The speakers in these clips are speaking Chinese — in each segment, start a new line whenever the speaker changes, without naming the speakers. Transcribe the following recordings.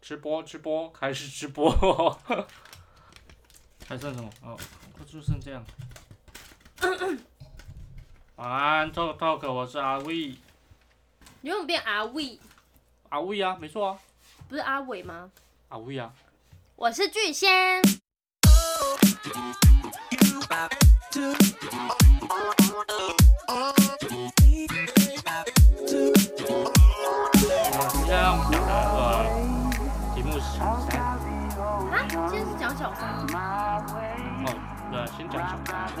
直播直播还是直播， 还剩什么？哦，就剩这样。晚安，Talk Talk，我是阿魏，
你有变阿伟，
阿魏啊，没错啊，
不是阿伟吗？
阿魏啊。
我是巨仙。
我们今天要讲的呃题目是什么？
啊，今天是讲小三。
哦，对，先讲小三。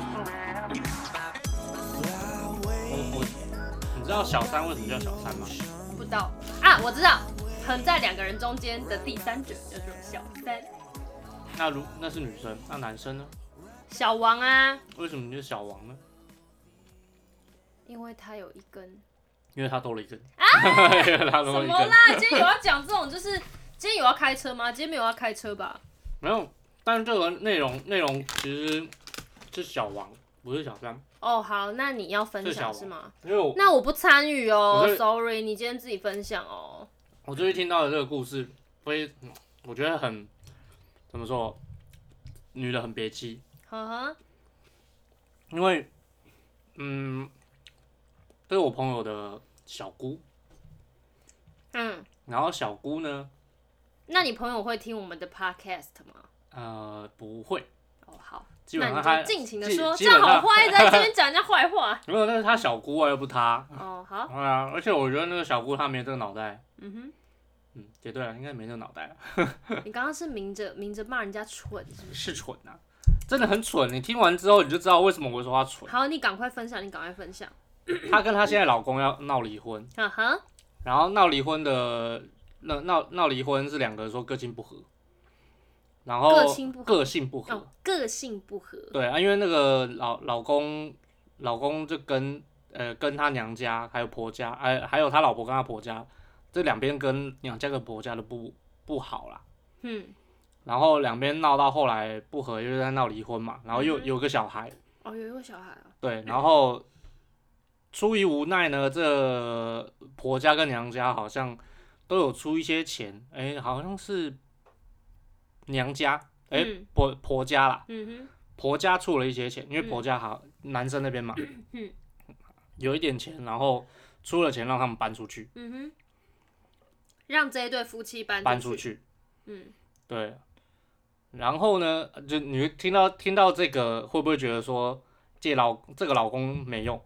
我我，你知道小三为什么叫小三吗？
不知道啊，我知道，横在两个人中间的第三者叫做小三，
那如那是女生，那男生呢？
小王啊，
为什么你是小王呢？
因为他有一根
因为他多了一根， 因为他
什
多了一
么
根
啦，？今天有要讲这种，就是今天有要开车吗？今天没有要开车吧？
没有。但是这个内容内容其实是小王，不是小三，
哦，好，那你要分
是小
享
王
是吗？
因为我
那我不参与哦
我是
，sorry，你今天自己分享哦。
我最近听到的这个故事，非嗯我觉得很怎么说，女的很憋气，
呵呵，
因为，嗯，这是我朋友的小姑，
嗯，
然后小姑呢，
那你朋友会听我们的 podcast 吗？
呃，不会，
哦，好，
基
那
本
你
上她
就尽情的
基
说，
基
这
本
样
上
好坏在这
。
边讲人家坏话
没有，那是她小姑啊，又不她，
哦，好，
对啊，而且我觉得那个小姑她没这个脑袋，
嗯哼。
嗯，也对了，应该没这个脑袋了，
你刚刚是明着明着骂人家蠢是不是？
是蠢啊，真的很蠢。你听完之后你就知道为什么我会说她 蠢。
好，你赶快分享，你赶快分享。
她跟她现在老公要闹离婚，
哈哈，
然后闹离婚的那闹闹离婚是两个人说个性不合，然后
个性不合
个哦性不合
哦，个性不合，
对啊，因为那个老老公，老公就跟呃跟他娘家还有婆家，哎、还有他老婆跟他婆家，这两边跟娘家跟婆家都不不好啦。
嗯，
然后两边闹到后来不和，又在闹离婚嘛，然后又
嗯哼
有个小孩，啊
哦，有一个小孩哦，
对，然后出于无奈呢，这婆家跟娘家好像都有出一些钱，哎、好像是娘家，哎、
嗯
婆婆家啦，
嗯
婆家出了一些钱，因为婆家好、男生那边嘛，
嗯
有一点钱，然后出了钱让他们搬出去，
哼，嗯哼，让这一对夫妻搬
搬
出
出
去，
去，
嗯，
对。然后呢，就你听到听到这个，会不会觉得说这老这个老公没用？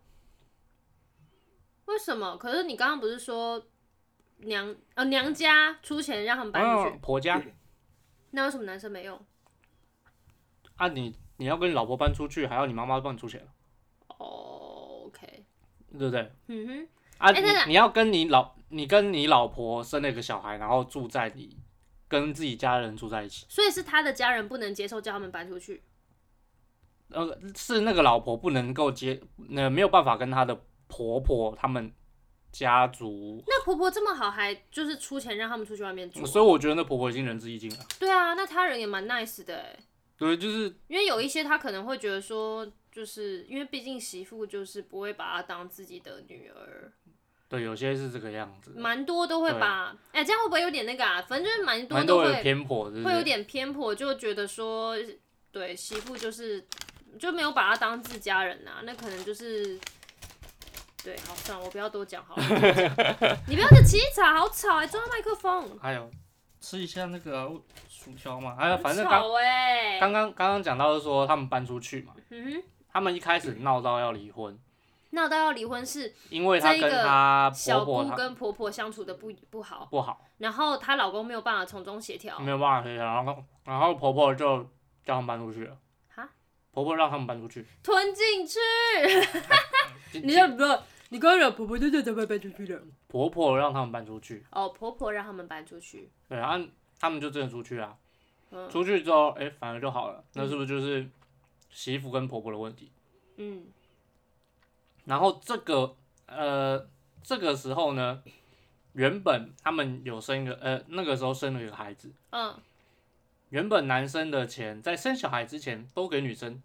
为什么？可是你刚刚不是说娘呃娘家出钱让他们搬出去，
嗯、婆家
那为什么男生没用？
啊你，你要跟你老婆搬出去，还要你妈妈帮你出钱，
哦，OK，
对不对？
嗯哼，
啊，
哎等等
你你要跟你老你跟你老婆生了一个小孩，然后住在你跟自己家人住在一起，
所以是他的家人不能接受叫他们搬出去，
呃，是那个老婆不能够接，呃，没有办法跟她的婆婆他们家族，
那婆婆这么好，还就是出钱让他们出去外面住，
嗯所以我觉得那婆婆已经仁至义尽了。
对啊，那他人也蛮 nice 的哎。
对，就是
因为有一些他可能会觉得说，就是因为毕竟媳妇就是不会把她当自己的女儿，
对，有些是这啊个样子，
蛮多都会把，哎、这样会不会有点那个啊？反正就是蛮多
蛮
都
多
会
人偏颇，对不
会有
对？
点偏颇，就觉得说，对媳妇就是就没有把她当自家人啊，那可能就是。对，好，算了，我不要多讲好了。我不 要讲你不要再沏茶，好吵哎、撞到麦克风，
还有吃一下那个啊薯条嘛，还有反正
很
刚
吵哎、
刚刚刚刚讲到是说他们搬出去嘛，
嗯哼，
他们一开始闹到要离婚，
闹到要离婚是
因为她
这一个
跟她
小
婆
姑
婆她
跟婆婆相处的不不好，
不好，
然后她老公没有办法从中协调
没有办法协调，然后然后婆婆就叫他们搬出去了
哈。
婆婆让他们搬出去，
吞进去，
今
你
今
怎么？你刚让婆婆就叫他们搬出去了。
婆婆让他们搬出去，
哦，婆婆让他们搬出去。
对，然后他们就真的出去啊。
嗯
出去之后，哎、反而就好了。那是不是就是媳妇跟婆婆的问题？
嗯
然后这个呃，这个时候呢，原本他们有生一个呃，那个时候生了一个孩子。
嗯
原本男生的钱在生小孩之前都给女生，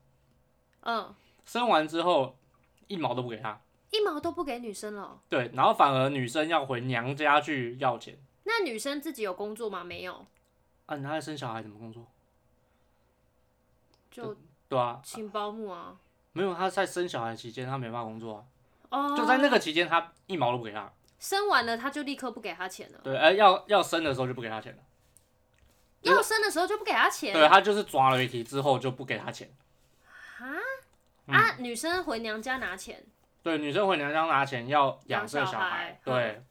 嗯，
生完之后一毛都不给她。
一毛都不给女生了。
对，然后反而女生要回娘家去要钱，
那女生自己有工作吗？没有，
啊，你还生小孩怎么工作？
就
对啊，
请保姆啊。
没有，他在生小孩期间他没办法工作啊，
哦，
就在那个期间他一毛都不给他。
生完了他就立刻不给他钱了，
对，哎、要要生的时候就不给他钱了。就是
要生的时候就不给他钱
对他就是抓了一题之后就不给他钱。
啊啊！女生回娘家拿钱，
对，女生回娘家拿钱要养
养
这个
小
小
孩嗯
对。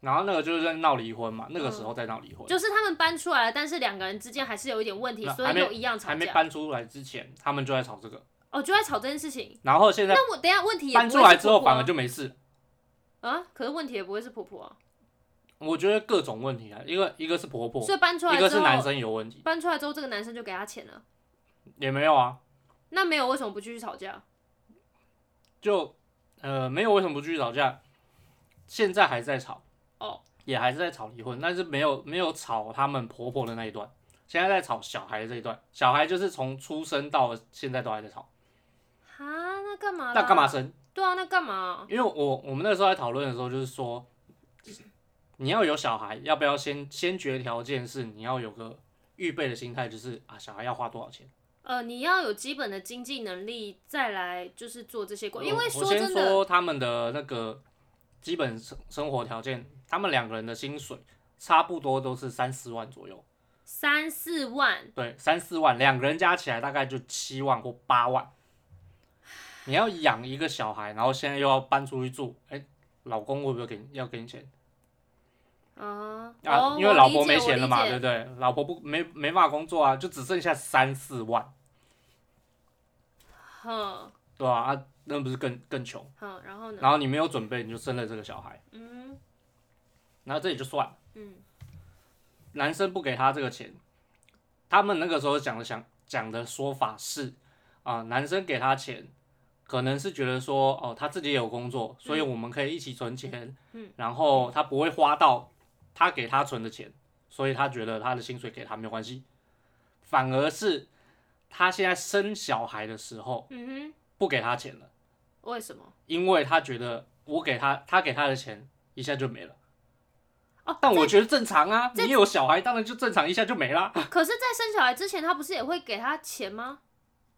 然后那个就是在闹离婚嘛，那个时候在闹离婚，
就是他们搬出来了，但是两个人之间还是有一点问题
那，
所
还
以
没
又一样吵
还没
架。
搬出来之前，他们就在吵这个。
哦，就在吵这件事情。
然后现在
那我等一下问题也
搬
不
出
会
来
是
之后
婆婆
反而
啊
就没事。
啊，可是问题也不会是婆婆啊，
我觉得各种问题啊，一个一个是婆婆，
所以搬出来
一个
之
是
后，
男生有问题，
搬出来之后这个男生就给他钱了，
也没有啊，
那没有为什么不继续吵架？
就呃没有为什么不继续吵架，现在还在吵，
哦，
也还是在吵离婚，但是没有没有吵他们婆婆的那一段，现在在吵小孩的这一段，小孩就是从出生到现在都还在吵，
啊，那干嘛？
那干嘛？生？
对啊，那干嘛？
因为我我们那时候在讨论的时候，就是说，你要有小孩，要不要先先决条件是你要有个预备的心态，就是啊，小孩要花多少钱？
呃，你要有基本的经济能力，再来就是做这些工，因
我
为
我
说
先
真的，
说他们的那个基本生生活条件，他们两个人的薪水差不多都是三四万左右，
三四万，
对，三四万，两个人加起来大概就七万或八万。你要养一个小孩，然后现在又要搬出去住，哎、老公会不会给你要给你钱？
啊，
啊，
哦
因为
我
老
理
婆
解
没
我
钱
理
了嘛，
解
对不对？老婆不没没办法工作啊，就只剩下三四万，
哼
对吧、啊？那不是更更穷？
哼，然后呢？
然后你没有准备，你就生了这个小孩，
嗯
那这也就算了。
嗯，
男生不给他这个钱，他们那个时候讲的想讲的说法是啊、男生给他钱，可能是觉得说哦，他自己也有工作，所以我们可以一起存钱，
嗯，
然后他不会花到他给他存的钱，所以他觉得他的薪水给他没有关系，反而是他现在生小孩的时候
嗯
不给他钱了，
哼，为什么？
因为他觉得我给他他给他的钱一下就没了。
哦，
但
在
我觉得正常啊，你有小孩当然就正常，一下就没啦。
可是，在生小孩之前，他不是也会给他钱吗？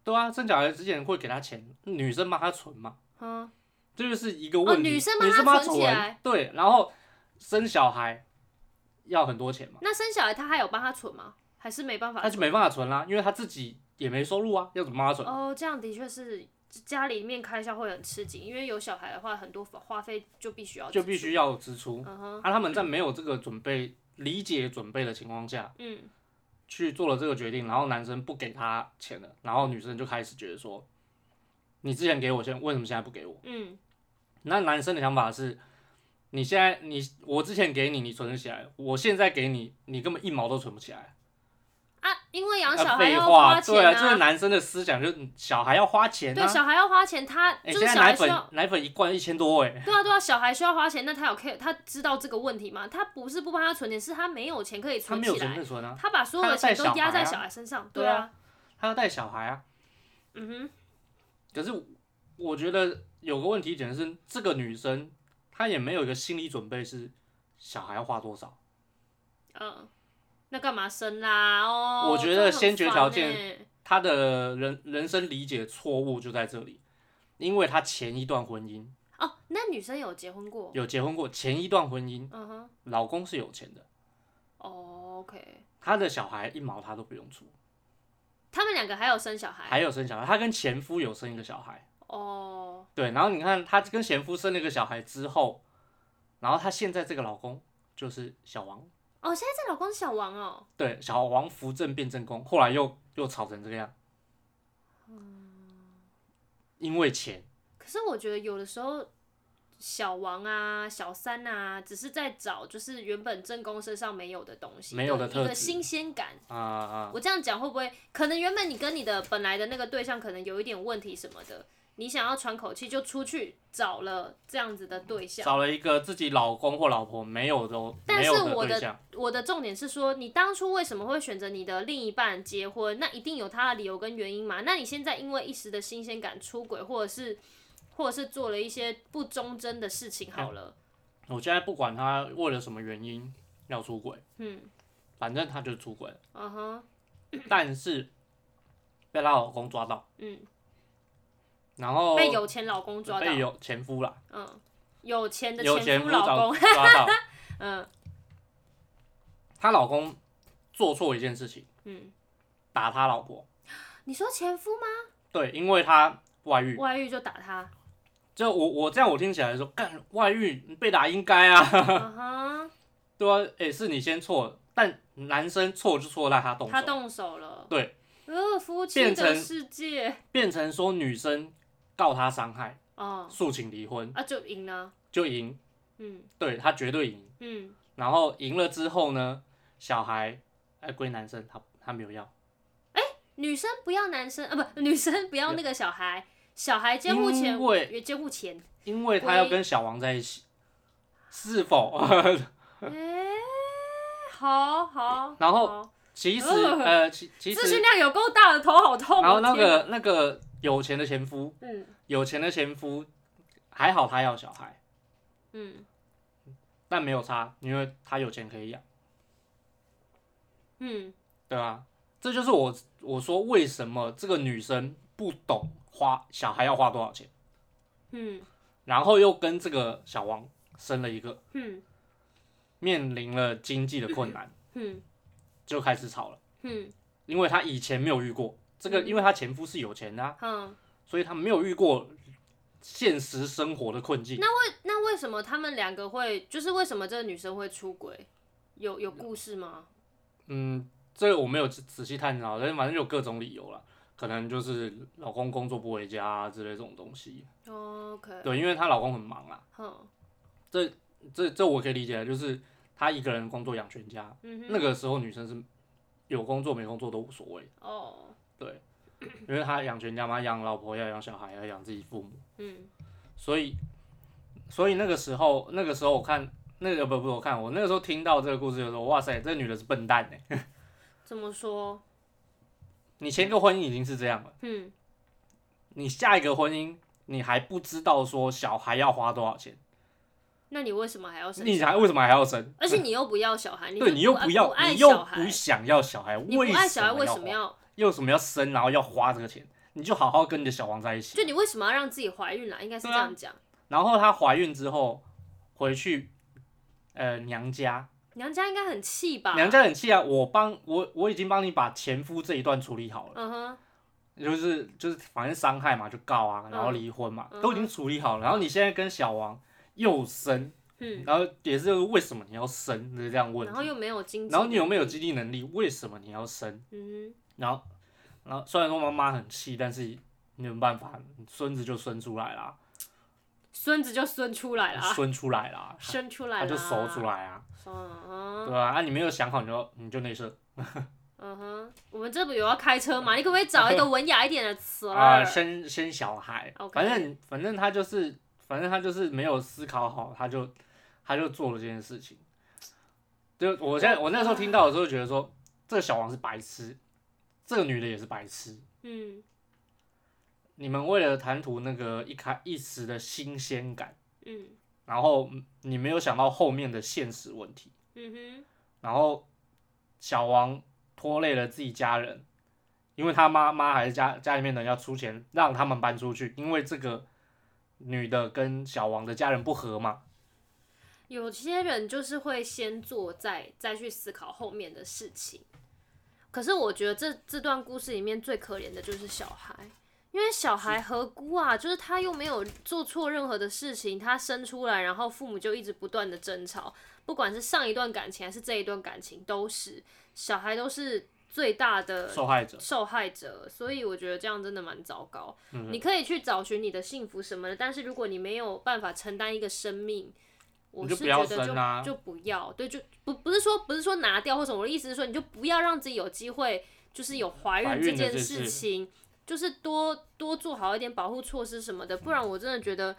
对啊，生小孩之前会给他钱，女生帮他存嘛，
嗯，
这就是一个问题。
哦女
女
生帮
帮
他
他
存起来
对，然后生小孩要很多钱嘛，
那生小孩他还有帮他存吗？还是没办法
他
存？
就没办法存啦，因为他自己也没收入啊，要怎么帮他存？
哦，这样的确是家里面开销会很吃紧，因为有小孩的话，很多花花费就必须要
就
支
必
出。
须要有支出。
嗯哼，
啊，他们在没有这个准备、理解准备的情况下，
嗯，
去做了这个决定，然后男生不给他钱了，然后女生就开始觉得说，你之前给我钱，为什么现在不给我？
嗯，
那男生的想法是，你现在你我之前给你，你存得起来；我现在给你，你根本一毛都存不起来。
啊，因为养
啊
小孩
废
要
话，
钱
对啊，这是男生的思想，就是嗯小孩要花钱
对，
啊。
小孩要花钱，他
哎、
就
现
是
在
小
奶
孩需
粉
要，
奶粉一罐一千多哎、
对啊对啊，小孩需要花钱，那他有 care，他知道这个问题吗？他不是不帮他存钱，是他没有钱可以
他
存
没有
起
存
来，
就存啊，
他把所有的
他要带
钱都压在
小
小
孩
孩身上，
对
对啊，
他要带小孩啊。
嗯哼，
可是我觉得有个问题点是，这个女生她也没有一个心理准备，是小孩要花多少。
嗯，那干嘛生啦？哦，
我觉
这
得
很
先决
烦
条
欸
件她的人人生理解错误就在这里，因为她前一段婚姻
哦，那女生有结婚过，
有结婚过，前一段婚姻，
嗯哼，
老公是有钱的，
哦，OK，
他的小孩一毛他都不用出，
他们两个还有生小孩，
还有生小孩，他跟前夫有生一个小孩，
哦，
对，然后你看他跟前夫生了一个小孩之后，然后他现在这个老公就是小王，
哦，现在这老公是小王哦，
对，小王扶正辩证功，后来又又吵成这个样，因为钱，
可是我觉得有的时候。小王啊，小三啊，只是在找就是原本正宫身上没有的东西，
没有
的
的
一
特
个
质
新鲜感。
啊、啊，
我这样讲会不会？可能原本你跟你的本来的那个对象可能有一点问题什么的，你想要喘口气就出去找了这样子的对象。
找了一个自己老公或老婆没有的
但
没
是
有
我
对
的
象，
我的重点是说，你当初为什么会选择你的另一半结婚？那一定有他的理由跟原因嘛？那你现在因为一时的新鲜感出轨，或者是或者是做了一些不忠贞的事情，好了，
我现在不管他为了什么原因，要出轨，
嗯，
反正她就出轨了，
嗯哼，
但是被她老公抓到，
嗯，
然后
被有钱老公抓到，
哦被有前夫啦，
嗯，有钱的
有前
夫
夫
老
找
公，
抓到，
嗯
她老公做错一件事情，
嗯，
打她老婆，
你说前夫吗？
对，因为她外遇，
外遇就打 他，
就我我这样我听起来说，干外遇你被打应该啊，
嗯哼，
对啊，诶、是你先错了，但男生错就错在他动手，
他动手了，
对，
呃，夫妻
变
的
成
世界，
变成说女生告他伤害，
哦，
诉请离婚
啊，就赢了，
就赢，
嗯
对他绝对赢，
嗯，
然后赢了之后呢，小孩哎归男生，他他没有要，
女生不要男生 啊，不，女生不要那个小孩，小孩监护前
因为
也监护前，
因为他要
喂
跟小王在一起，是否？
哎、好好，
然后
好
其实
呃
呃其其
资讯
实，
量有够大的，头好痛。
然后那
我天
个那个有钱的前夫，
嗯
有钱的前夫还好他要小孩。
嗯
但没有差，因为他有钱可以养，
嗯，
对啊，这就是我我说为什么这个女生不懂花小孩要花多少钱，
嗯
然后又跟这个小王生了一个，
嗯
面临了经济的困难，
嗯
就开始吵了，
嗯
因为她以前没有遇过这个，因为她前夫是有钱的、啊，
嗯，
所以她没有遇过现实生活的困境。
那为什么他们两个会？就是为什么这个女生会出轨？有有故事吗？
嗯，这个我没有仔仔细探讨，但是反正有各种理由啦，可能就是老公工作不回家、啊、之类这种东西，
哦 OK，
对，因为她老公很忙啊。
哼
这这我可以理解，就是她一个人工作养全家，
嗯哼，
那个时候女生是有工作没工作都无所 谓，
哦
对，因为她养全家嘛，养老婆要养小孩要养自己父母，
嗯
所以所以那个时候那个时候我看那个不不我看我那个时候听到这个故事就说哇塞，这女的是笨蛋哎、
怎么说？
你前一个婚姻已经是这样了，
嗯
你下一个婚姻你还不知道说小孩要花多少钱，
那你为什么还要生
你
气？
还为什么还要生？
而且你又不要小孩，你
对
就
你又
不
不
不
要，
爱
你又
小孩
不，想要小孩，
你不爱小孩为
要
什么
花
要？
又什么要生，然后要花这个钱，你就好好跟你的小王在一起
就。你为什么要让自己怀孕啦？应该是这
对啊
样讲。
然后她怀孕之后回去，呃，娘家，
娘家应该很气吧？
娘，家很气啊！我帮我我已经帮你把前夫这一段处理好了，
嗯哼，
就是就是反正伤害嘛，就告啊，
嗯
然后离婚嘛，都已经处理好了。然后你现在跟小王又生，
嗯，
然后也是为什么你要生的这样问
然后
题。
又没有经济能力，
然后你有没有经济能力？为什么你要生？
嗯
然后，然后虽然说妈妈很气，但是没有办法，孙子就生出来啦。
哼，孙子就孙出来了啊，
生出来啦，
生出来
它
了，
就熟出。来啊，
嗯
对
哼，
吧、啊？你没有想好，你就你就内射
嗯哼，我们这不有要开车嘛？你可不可以找一个文雅一点的词
啊，
儿？
生生小孩
呃 OK
反正反正他就是反正他就是没有思考好，他就他就做了这件事情。就我现在我那时候听到的时候，觉得说这个小王是白痴，这个女的也是白痴。
嗯
你们为了谈吐那个一开一时的新鲜感，
嗯
然后你没有想到后面的现实问题。
嗯
然后小王拖累了自己家人，因为他妈妈还是家家里面的人要出钱让他们搬出去，因为这个女的跟小王的家人不和嘛。
哼，有些人就是会先做，再再去思考后面的事情。可是我觉得这这段故事里面最可怜的就是小孩，因为小孩何辜啊？就是他又没有做错任何的事情，他生出来，然后父母就一直不断的争吵，不管是上一段感情还是这一段感情，都是小孩都是最大的
受害者
受害者，所以我觉得这样真的蛮糟糕。
嗯
你可以去找寻你的幸福什么的，但是如果你没有办法承担一个生命，我
你就是不要
觉得就
生啊
就不要，对，就不不是说不是说拿掉或什么，我的意思是说你就不要让自己有机会，就是有怀
怀
孕
孕
这
的
件
这
事
事
情，就是多多做好一点保护措施什么的，不然我真的觉得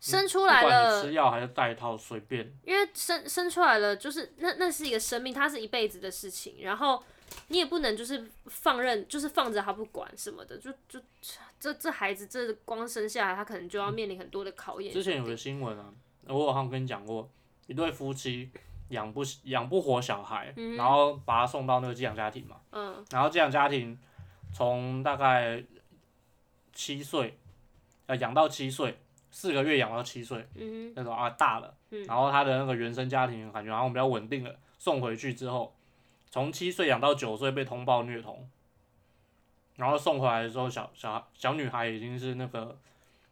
生出来
不管
了
你吃药还是带套，随便。
因为生生出来了，就是那那是一个生命，它是一辈子的事情，然后你也不能就是放任，就是放着他不管什么的，就就这这孩子这光生下来，他可能就要面临很多的考验。
之前有个新闻啊，我好像跟你讲过，一对夫妻，养不养不活小孩，
嗯
然后把他送到那个寄养家庭嘛。
嗯
然后寄养家庭从大概七岁，呃，养到七岁，四个月养到七岁
嗯
那种啊，大了。
嗯
然后他的那个原生家庭感觉好像比较稳定了，送回去之后，从七岁养到九岁被通报虐童，然后送回来的时候，小小小女孩已经是那个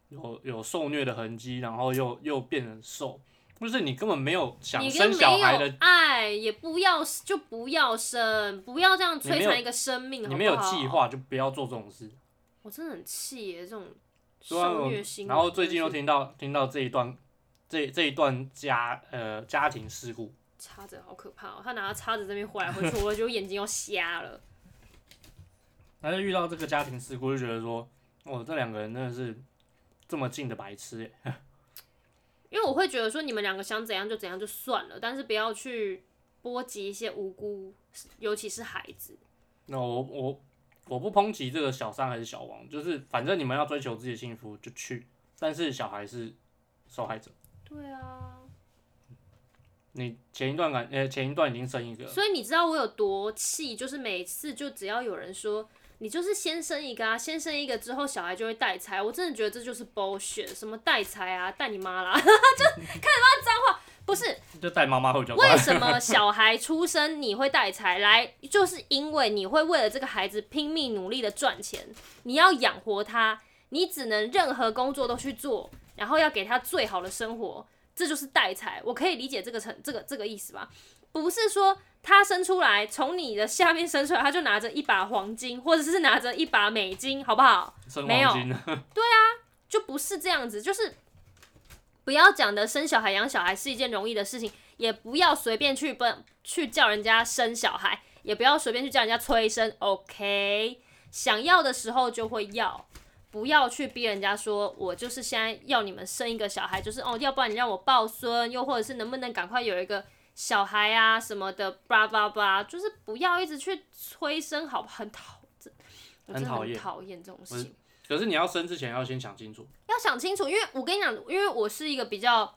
有有受虐的痕迹，然后又又变得瘦，就是你根本没有
哼，
想
你
生
跟
小
没
孩的
有，爱也不要就不要生，不要这样
你
摧
没有
残一个生命，
你没有
好不好
计，划就不要做这种事。
我真的很气耶，这种
对啊
受
我
虐心。
然后最近又听到听到这一段，这这一段家呃家庭事故，
叉子好可怕哦！他拿叉子这边挥来挥 去，我觉得我眼睛要瞎了。
那就遇到这个家庭事故，就觉得说，哦，这两个人真的是这么近的白痴欸，
因为我会觉得说你们两个想怎样就怎样就算了，但是不要去波及一些无辜，尤其是孩子。
那我我我不抨击这个小三还是小王，就是反正你们要追求自己的幸福就去，但是小孩是受害者。
对啊，
你前一段感呃前一段已经生一个了，
所以你知道我有多气，就是每次就只要有人说你就是先生一个啊，先生一个之后小孩就会带财，我真的觉得这就是 bullshit，什么带财啊，带你妈啦，就开始骂脏话，不是
就带妈妈会比较
为
快。
什么小孩出生你会带财来？就是因为你会为了这个孩子拼命努力的赚钱，你要养活他，你只能任何工作都去做，然后要给他最好的生活，这就是带财。我可以理解这个成这个这个意思吧？不是说他生出来从你的下面生出来，他就拿着一把黄金，或者是拿着一把美金，好不好？
生
没有
黄金，
就不是这样子，就是不要讲的生小孩养小孩是一件容易的事情，也不要随便去奔去叫人家生小孩，也不要随便去叫人家催生。OK，想要的时候就会要，不要去逼人家说，我就是现在要你们生一个小孩，就是哦，要不然你让我抱孙，又或者是能不能赶快有一个。小孩啊什么的，叭叭叭，就是不要一直去催生，好不好很讨，这我真的
很讨
很
厌
讨厌这种事
是
情。
可是你要生之前要先想清楚。
要想清楚，因为我跟你讲，因为我是一个比较，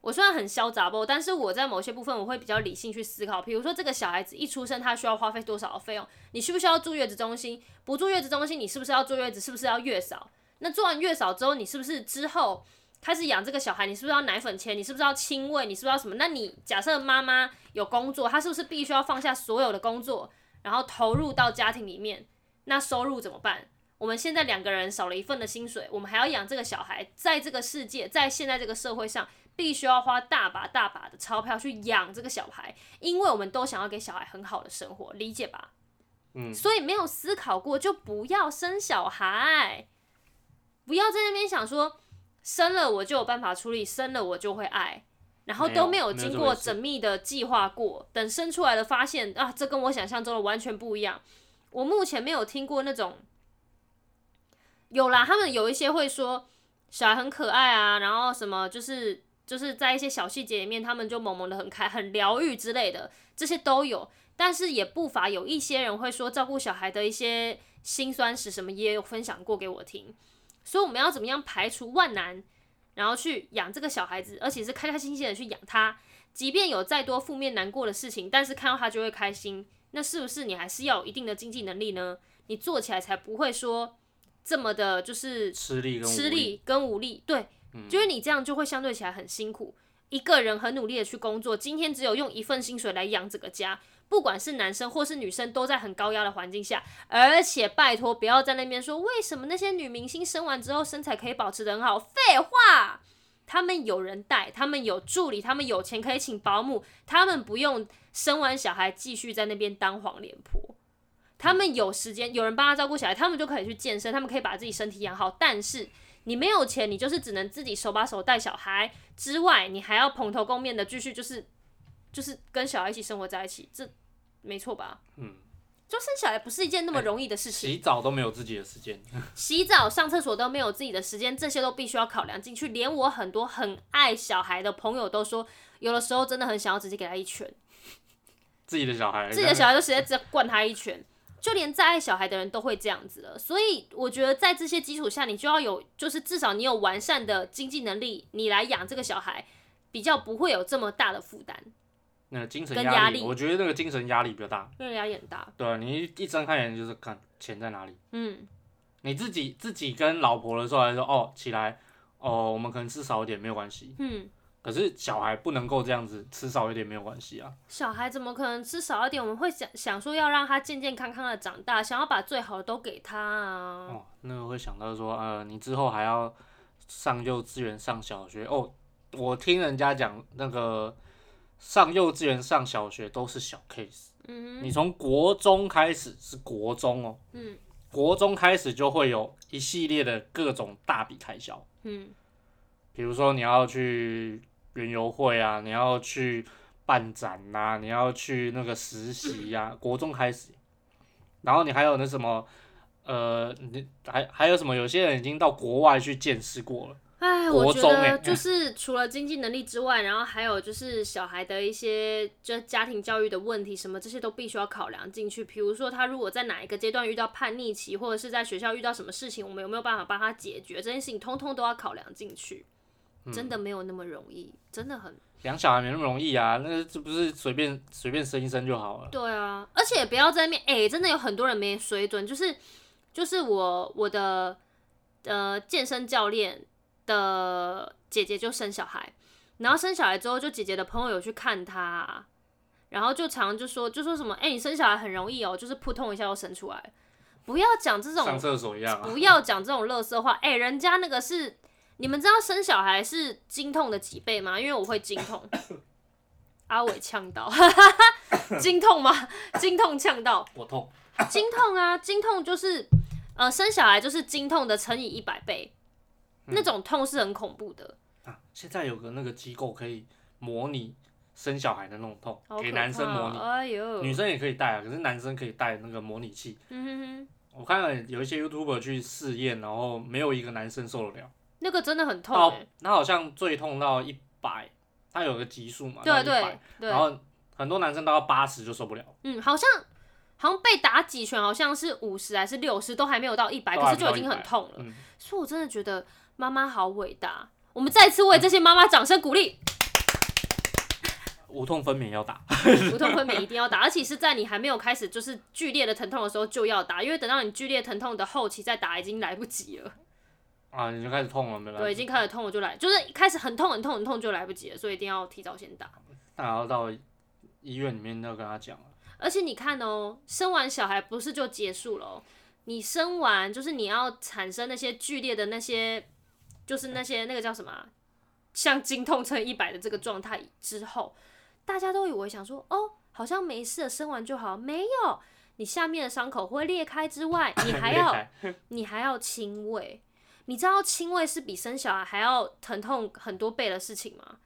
我虽然很潇洒吧，但是我在某些部分我会比较理性去思考。比如说，这个小孩子一出生，他需要花费多少的费用？你需不需要住月子中心？不住月子中心，你是不是要坐月子？是不是要月嫂？那做完月嫂之后，你是不是之后开始养这个小孩？你是不是要奶粉钱？你是不是要亲喂？你是不是要什么？那你假设妈妈有工作，她是不是必须要放下所有的工作，然后投入到家庭里面？那收入怎么办？我们现在两个人少了一份的薪水，我们还要养这个小孩，在这个世界，在现在这个社会上，必须要花大把大把的钞票去养这个小孩，因为我们都想要给小孩很好的生活，理解吧？
嗯
所以没有思考过就不要生小孩，不要在那边想说生了我就有办法处理，生了我就会爱，然后都没
没有没有
有经
这
过
回事
缜密的计划过，等生出来了发现啊，这跟我想象中的完全不一样。我目前没有听过那种，有啦，他们有一些会说小孩很可爱啊，然后什么就是就是在一些小细节里面，他们就萌萌的很开，很疗愈之类的，这些都有。但是也不乏有一些人会说照顾小孩的一些辛酸史，什么也有分享过给我听。所以我们要怎么样排除万难，然后去养这个小孩子，而且是开开心心的去养他。即便有再多负面难过的事情，但是看到他就会开心，那是不是你还是要有一定的经济能力呢？你做起来才不会说这么的，就是
吃力跟无
吃
力，嗯
力跟无力，对，就是你这样就会相对起来很辛苦。一个人很努力的去工作，今天只有用一份薪水来养这个家，不管是男生或是女生，都在很高压的环境下，而且拜托不要在那边说为什么那些女明星生完之后身材可以保持得很好，废话，他们有人带，他们有助理，他们有钱可以请保姆，他们不用生完小孩继续在那边当黄脸婆。他们有时间，有人帮他照顾小孩，他们就可以去健身，他们可以把自己身体养好。但是你没有钱，你就是只能自己手把手带小孩，之外，你还要蓬头垢面的继续就是就是跟小孩一起生活在一起，这没错吧？
嗯，哎
就生小孩不是一件那么容易的事情，
洗澡都没有自己的时间。
洗澡、上厕所都没有自己的时间，这些都必须要考量进去。连我很多很爱小孩的朋友都说，有的时候真的很想要直接给他一拳。
自己的小孩，
自己的小孩就直接直接灌他一拳，就连再爱小孩的人都会这样子了。所以我觉得在这些基础下，你就要有，就是至少你有完善的经济能力，你来养这个小孩，比较不会有这么大的负担。
那个精神
跟
压
压
力，
力
我觉得那个精神压力比较大。
让人家眼大。
对啊，你一一睁开眼就是看钱在哪里。
嗯，
你自己自己跟老婆的时候还说哦起来哦，我们可能吃少一点没有关系。
嗯，
可是小孩不能够这样子吃少一点没有关系啊。
小孩怎么可能吃少一点？我们会想想说要让他健健康康的长大，想要把最好的都给他啊。
哦，那个会想到说呃，你之后还要上幼稚园上小学哦。我听人家讲那个上幼稚园上小学都是小 case，
嗯
你从国中开始是国中哦，
嗯
国中开始就会有一系列的各种大笔开销。
嗯
比如说你要去园游会啊，你要去办展呐、你要去那个实习呀、国中开始，然后你还有那什么，呃，你还还有什么？有些人已经到国外去见识过了，
哎，
国
我觉
中
得
欸
就是除了经济能力之外，然后还有就是小孩的一些就家庭教育的问题，什么这些都必须要考量进去。比如说他如果在哪一个阶段遇到叛逆期，或者是在学校遇到什么事情，我们有没有办法帮他解决这件事情，通通都要考量进去。真
嗯
的没有那么容易，真的很
养小孩没那么容易啊，那这不是随便随便生一生就好了。
对啊，而且也不要在那边哎、真的有很多人没水准，就是就是我我的呃健身教练的姐姐就生小孩，然后生小孩之后，就姐姐的朋友有去看她，然后就常就说就说什么哎、你生小孩很容易哦，就是扑通一下就生出来，不要讲这种
上厕所一样啊
不，要讲这种垃圾话。哎、人家那个是，你们知道生小孩是经痛的几倍吗？因为我会经痛。阿伟呛到， 经痛吗？ 经痛呛到，
我痛。
经痛啊，经痛就是，呃，生小孩就是经痛的乘以一百倍，
嗯
那种痛是很恐怖的。
啊，现在有个那个机构可以模拟生小孩的那种痛
好，
给
可
男生
怕
模拟，
哎呦，
女生也可以带啊，可是男生可以带那个模拟器。
嗯哼哼，
我看了有一些 YouTuber 去试验，然后没有一个男生受得了。
那个真的很痛、
到
欸。
他好像最痛到一百，他有个级数嘛，
对
到100
对对
然，后很多男生到八十就受不了，
嗯，好像好像被打几拳，好像是五十还是六十，都还没有到一百，
都
可
还
是
没
就
到
已经很
100
痛了。
嗯，
所以我真的觉得妈妈好伟大。我们再次为这些妈妈掌声鼓励，
无痛分娩要打，
无痛分娩一定要打，而且是在你还没有开始就是剧烈的疼痛的时候就要打，因为等到你剧烈疼痛的后期再打已经来不及了，
啊，你就开始痛了，没办
对，已
法，
经开始痛了就来，就是开始很痛很痛很痛就来不及了，所以一定要提早先打。
那还要到医院里面要跟他讲了，
而且你看哦，生完小孩不是就结束了、哦？你生完就是你要产生那些剧烈的那些，就是那些那个叫什么啊、像经痛乘一百的这个状态之后，大家都以为想说哦，好像没事了，生完就好，没有。你下面的伤口会裂开之外，你还
裂
要
开
你还要亲喂，你知道亲喂是比生小孩还要疼痛很多倍的事情吗？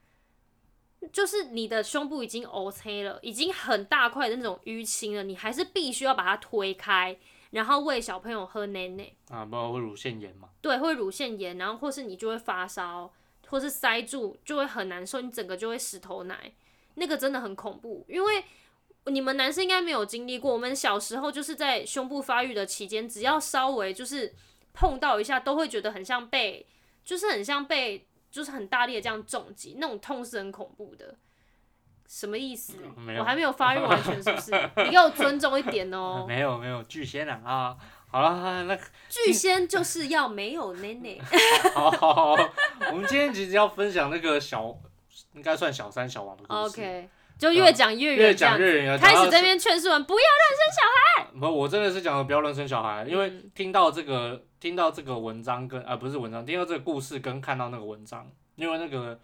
就是你的胸部已经 OK 了，已经很大块的那种淤青了，你还是必须要把它推开，然后喂小朋友喝奶奶，
啊，不然会乳腺炎嘛，
对，会乳腺炎，然后或是你就会发烧，或是塞住，就会很难受，你整个就会石头奶，那个真的很恐怖，因为。你们男生应该没有经历过，我们小时候就是在胸部发育的期间，只要稍微就是碰到一下，都会觉得很像被，就是很像被，就是很大力的这样重击，那种痛是很恐怖的。什么意思
嗯没？有
我还没有发育完全，是不是？ 你给我尊重一点
啊
哦、
没有没有巨仙啊啊，好了，那
巨仙就是要没有奶奶。
好好好，我们今天其实要分享那个小，应该算小三小王的故事。
OK，就越讲越
越
远这样
讲
子。
越远，
开
讲
始
到
这边劝说人不要，
不，我真的是讲了不要乱生小孩，因为
嗯
听到这个听到这个文章跟啊、不是文章，听到这个故事跟看到那个文章，因为那个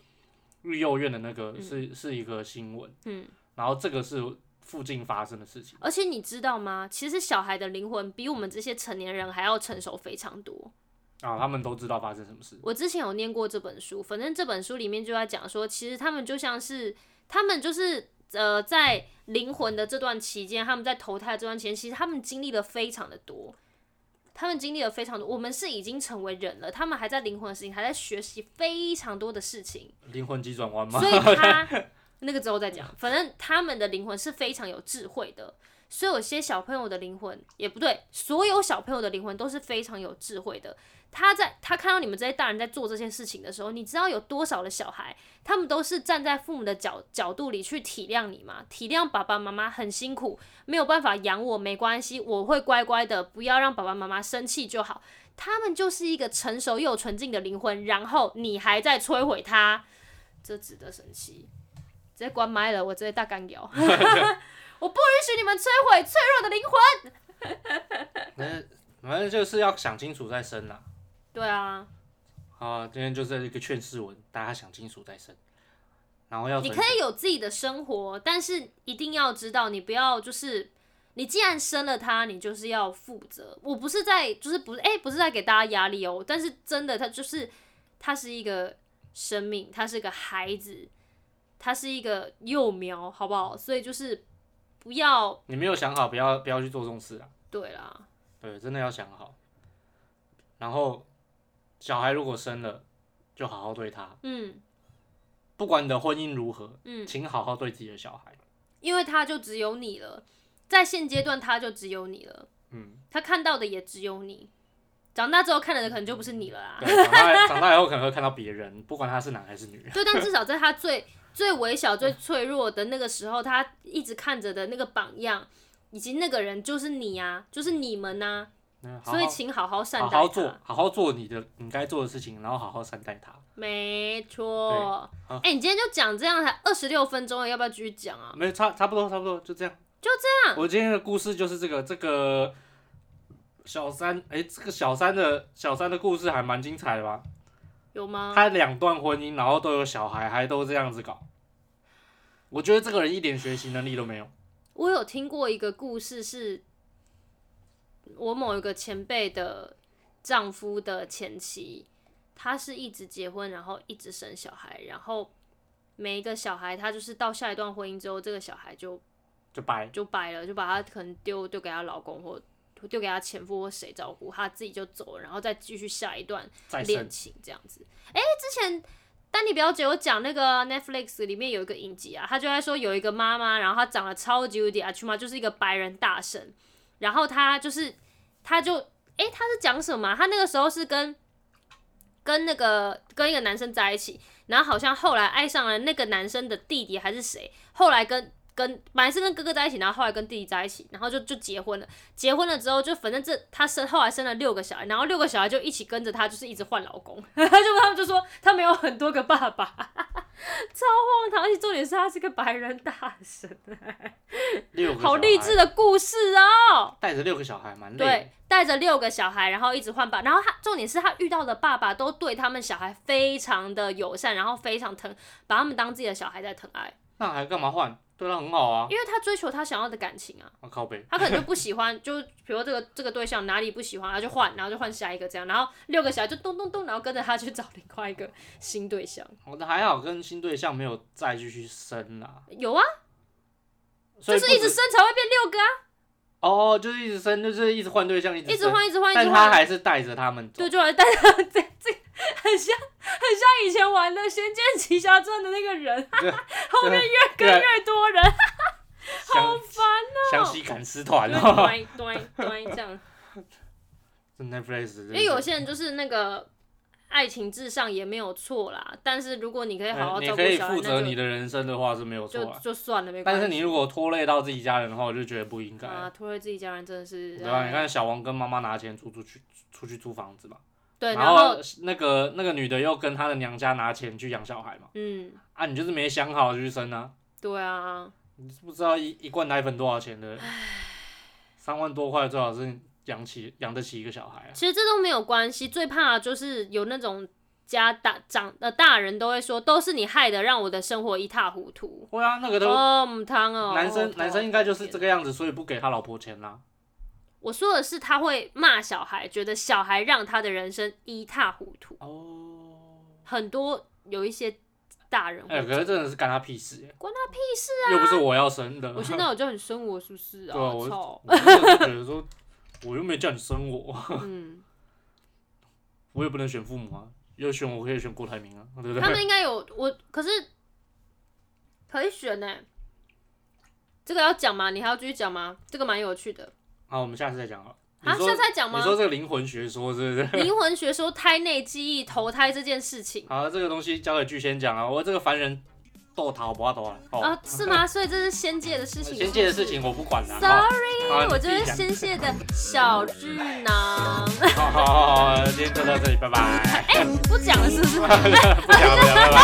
育幼院的那个是、是一个新闻，
嗯，
然后这个是附近发生的事情，
而且你知道吗？其实小孩的灵魂比我们这些成年人还要成熟非常多。
啊，他们都知道发生什么事，
我之前有念过这本书，反正这本书里面就在讲说，其实他们就像是他们就是呃，在灵魂的这段期间，他们在投胎的这段期间，其实他们经历了非常的多，他们经历了非常多。我们是已经成为人了，他们还在灵魂的事情，还在学习非常多的事情。
灵魂急转弯吗
所？以他那个之后再讲，反正他们的灵魂是非常有智慧的，所有些小朋友的灵魂也不对，所有小朋友的灵魂都是非常有智慧的。他在他看到你们这些大人在做这些事情的时候，你知道有多少的小孩，他们都是站在父母的角角度里去体谅你吗？体谅爸爸妈妈很辛苦，没有办法养我，没关系，我会乖乖的，不要让爸爸妈妈生气就好。他们就是一个成熟又纯净的灵魂，然后你还在摧毁他，这值得生气。直接关麦了，我直接大干摇。 我不允许你们摧毁脆弱的灵魂。
那反正就是要想清楚再生啦。
对啊，
啊，今天就是一个劝世文，大家想清楚再生，然后要
你
存
可以有自己的生活，但是一定要知道，你不要就是你既然生了他，你就是要负责。我不是在，就是不是，哎、不是在给大家压力哦。但是真的，他就是他是一个生命，他是个孩子，他是一个幼苗，好不好？所以就是不要
你没有想好，不要不要去做这种事啊。
对啦，
对，真的要想好。然后小孩如果生了，就好好对他，
嗯
不管你的婚姻如何，
嗯，
请好好对自己的小孩。
因为他就只有你了，在现阶段他就只有你了。
嗯，
他看到的也只有你，长大之后看的可能就不是你了啦。
对，长大长大以后可能会看到别人，不管他是男还是女。
对，但至少在他最最微小、最脆弱的那个时候，他一直看着的那个榜样，以及那个人就是你啊，就是你们呐、
嗯好
所以
好
请好好善
好
待
好
他
做，好好做你的你该做的事情，然后好好善待他。
没错。
对
哎
好、
你今天就讲这样，才二十六分钟了，要不要继续讲啊？
没有差，差不多，差不多，就这样，
就
这样。我今天的故事就是这个，这个小三，哎、这个小三的小三的故事还蛮精彩的吧？
有吗？
他两段婚姻，然后都有小孩，还都这样子搞。我觉得这个人一点学习能力都没有。
我有听过一个故事是，我某一个前辈的丈夫的前妻，她是一直结婚，然后一直生小孩，然后每一个小孩，她就是到下一段婚姻之后，这个小孩就
就掰，
就掰了，就把她可能丢丢给她老公或丢给她前夫或谁照顾，她自己就走了，然后再继续下一段
再
恋
生，
情这样子。哎、之前丹尼表姐有讲那个 Netflix 里面有一个影集啊，她就在说有一个妈妈，然后她长得超级无敌阿去妈，就是一个白人大神，然后她就是她就哎、她是讲什么啊、她那个时候是跟跟那个跟一个男生在一起，然后好像后来爱上了那个男生的弟弟还是谁，后来跟。跟本来是跟哥哥在一起，然后后来跟弟弟在一起，然后就就结婚了。结婚了之后，就反正这她生后来生了六个小孩，然后六个小孩就一起跟着她，就是一直换老公， 就他们就说他们有很多个爸爸， 超荒唐。而且重点是他是个白人大神，欸
六个
好励志
的，
的故事哦。
带着六个小孩蛮累的
对。，带着六个小孩，然后一直换爸，然后他重点是他遇到的爸爸都对他们小孩非常的友善，然后非常疼，把他们当自己的小孩在疼爱，
那还干嘛换？对他很好啊。
因为他追求他想要的感情啊。
啊靠背，
他可能就不喜欢，就比如说这个这个对象哪里不喜欢，然后就换，然后就换下一个这样，然后六个小孩就咚咚咚，然后跟着他去找另外一个新对象。
我的还好，跟新对象没有再继续生啦。
有啊，
所
就
以
是
不
一直生才会变六个啊，
哦，就是一直生，就是一直换对象，一直
一直
生
换，一直换，一
但
直
他
换。
还是带着他们走
对，。就来带他这这很像很像以前玩的《仙剑奇侠传》的那 个人，
后面越
跟越 多人，
好烦哦，湘西赶尸团哦。
对对对这样。
这 Netflix，因
因为有些人就是那个爱情至上也没有错啦，但是如果你可以好好
嗯你
照
可
顾
以
小
负
孩，
责
那
你
就
的人生的话是没有错
就
啊，
就算了，没关
但
系。
是你如果拖累到自己家人的话，我就觉得不应该。
啊，拖累自己家人真的是
对吧？
哎
你看小王跟妈妈拿钱租出去，出去租房子嘛，
对，
然
然后
那个那个女的又跟她的娘家拿钱去养小孩嘛，
嗯，
啊，你就是没想好就去生啊，
对啊，
你知不知道一一罐奶粉多少钱的？三万多块最好是养起养得起一个小孩啊。
其实这都没有关系，最怕的就是有那种家大长的大人都会说，都是你害的，让我的生活一塌糊涂。
会啊，那个都
哦，母汤哦，
男生
哦
男生应该就是这。
头好痛
个样子，所以不给他老婆钱啦。
我说的是他会骂小孩，觉得小孩让他的人生一塌糊涂。
哦，
很多有一些大人
哎，
会
可是真的是干他屁事耶，
关
他屁事啊，又不是我要生的。
我现在我就很生我是不是啊？
对啊我
操，
我真的觉得说，我又没叫你生我，
嗯，
我也不能选父母啊，要选我可以选郭台铭啊，对不
他
对？
们应该有我，可是可以选呢、欸这个要讲吗？你还要继续讲吗？这个蛮有趣的
好，我们下次再讲好了。你
啊，
说
下次再讲
你
吗？
说这个灵魂学说是不是？
灵魂学说胎内记忆投胎这件事情
好，这个东西交给巨仙讲啊，我这个凡人斗桃不要斗了。哦，
啊，是吗？所以这是仙界的事情，
仙界的事
是
情我不管
不
了
是。。
好
Sorry，
好
我
你自
就
己
是
讲
仙界的小智囊。
好好好好，今天就到这里，拜拜。
哎，不讲了是不是？
不讲了，拜拜。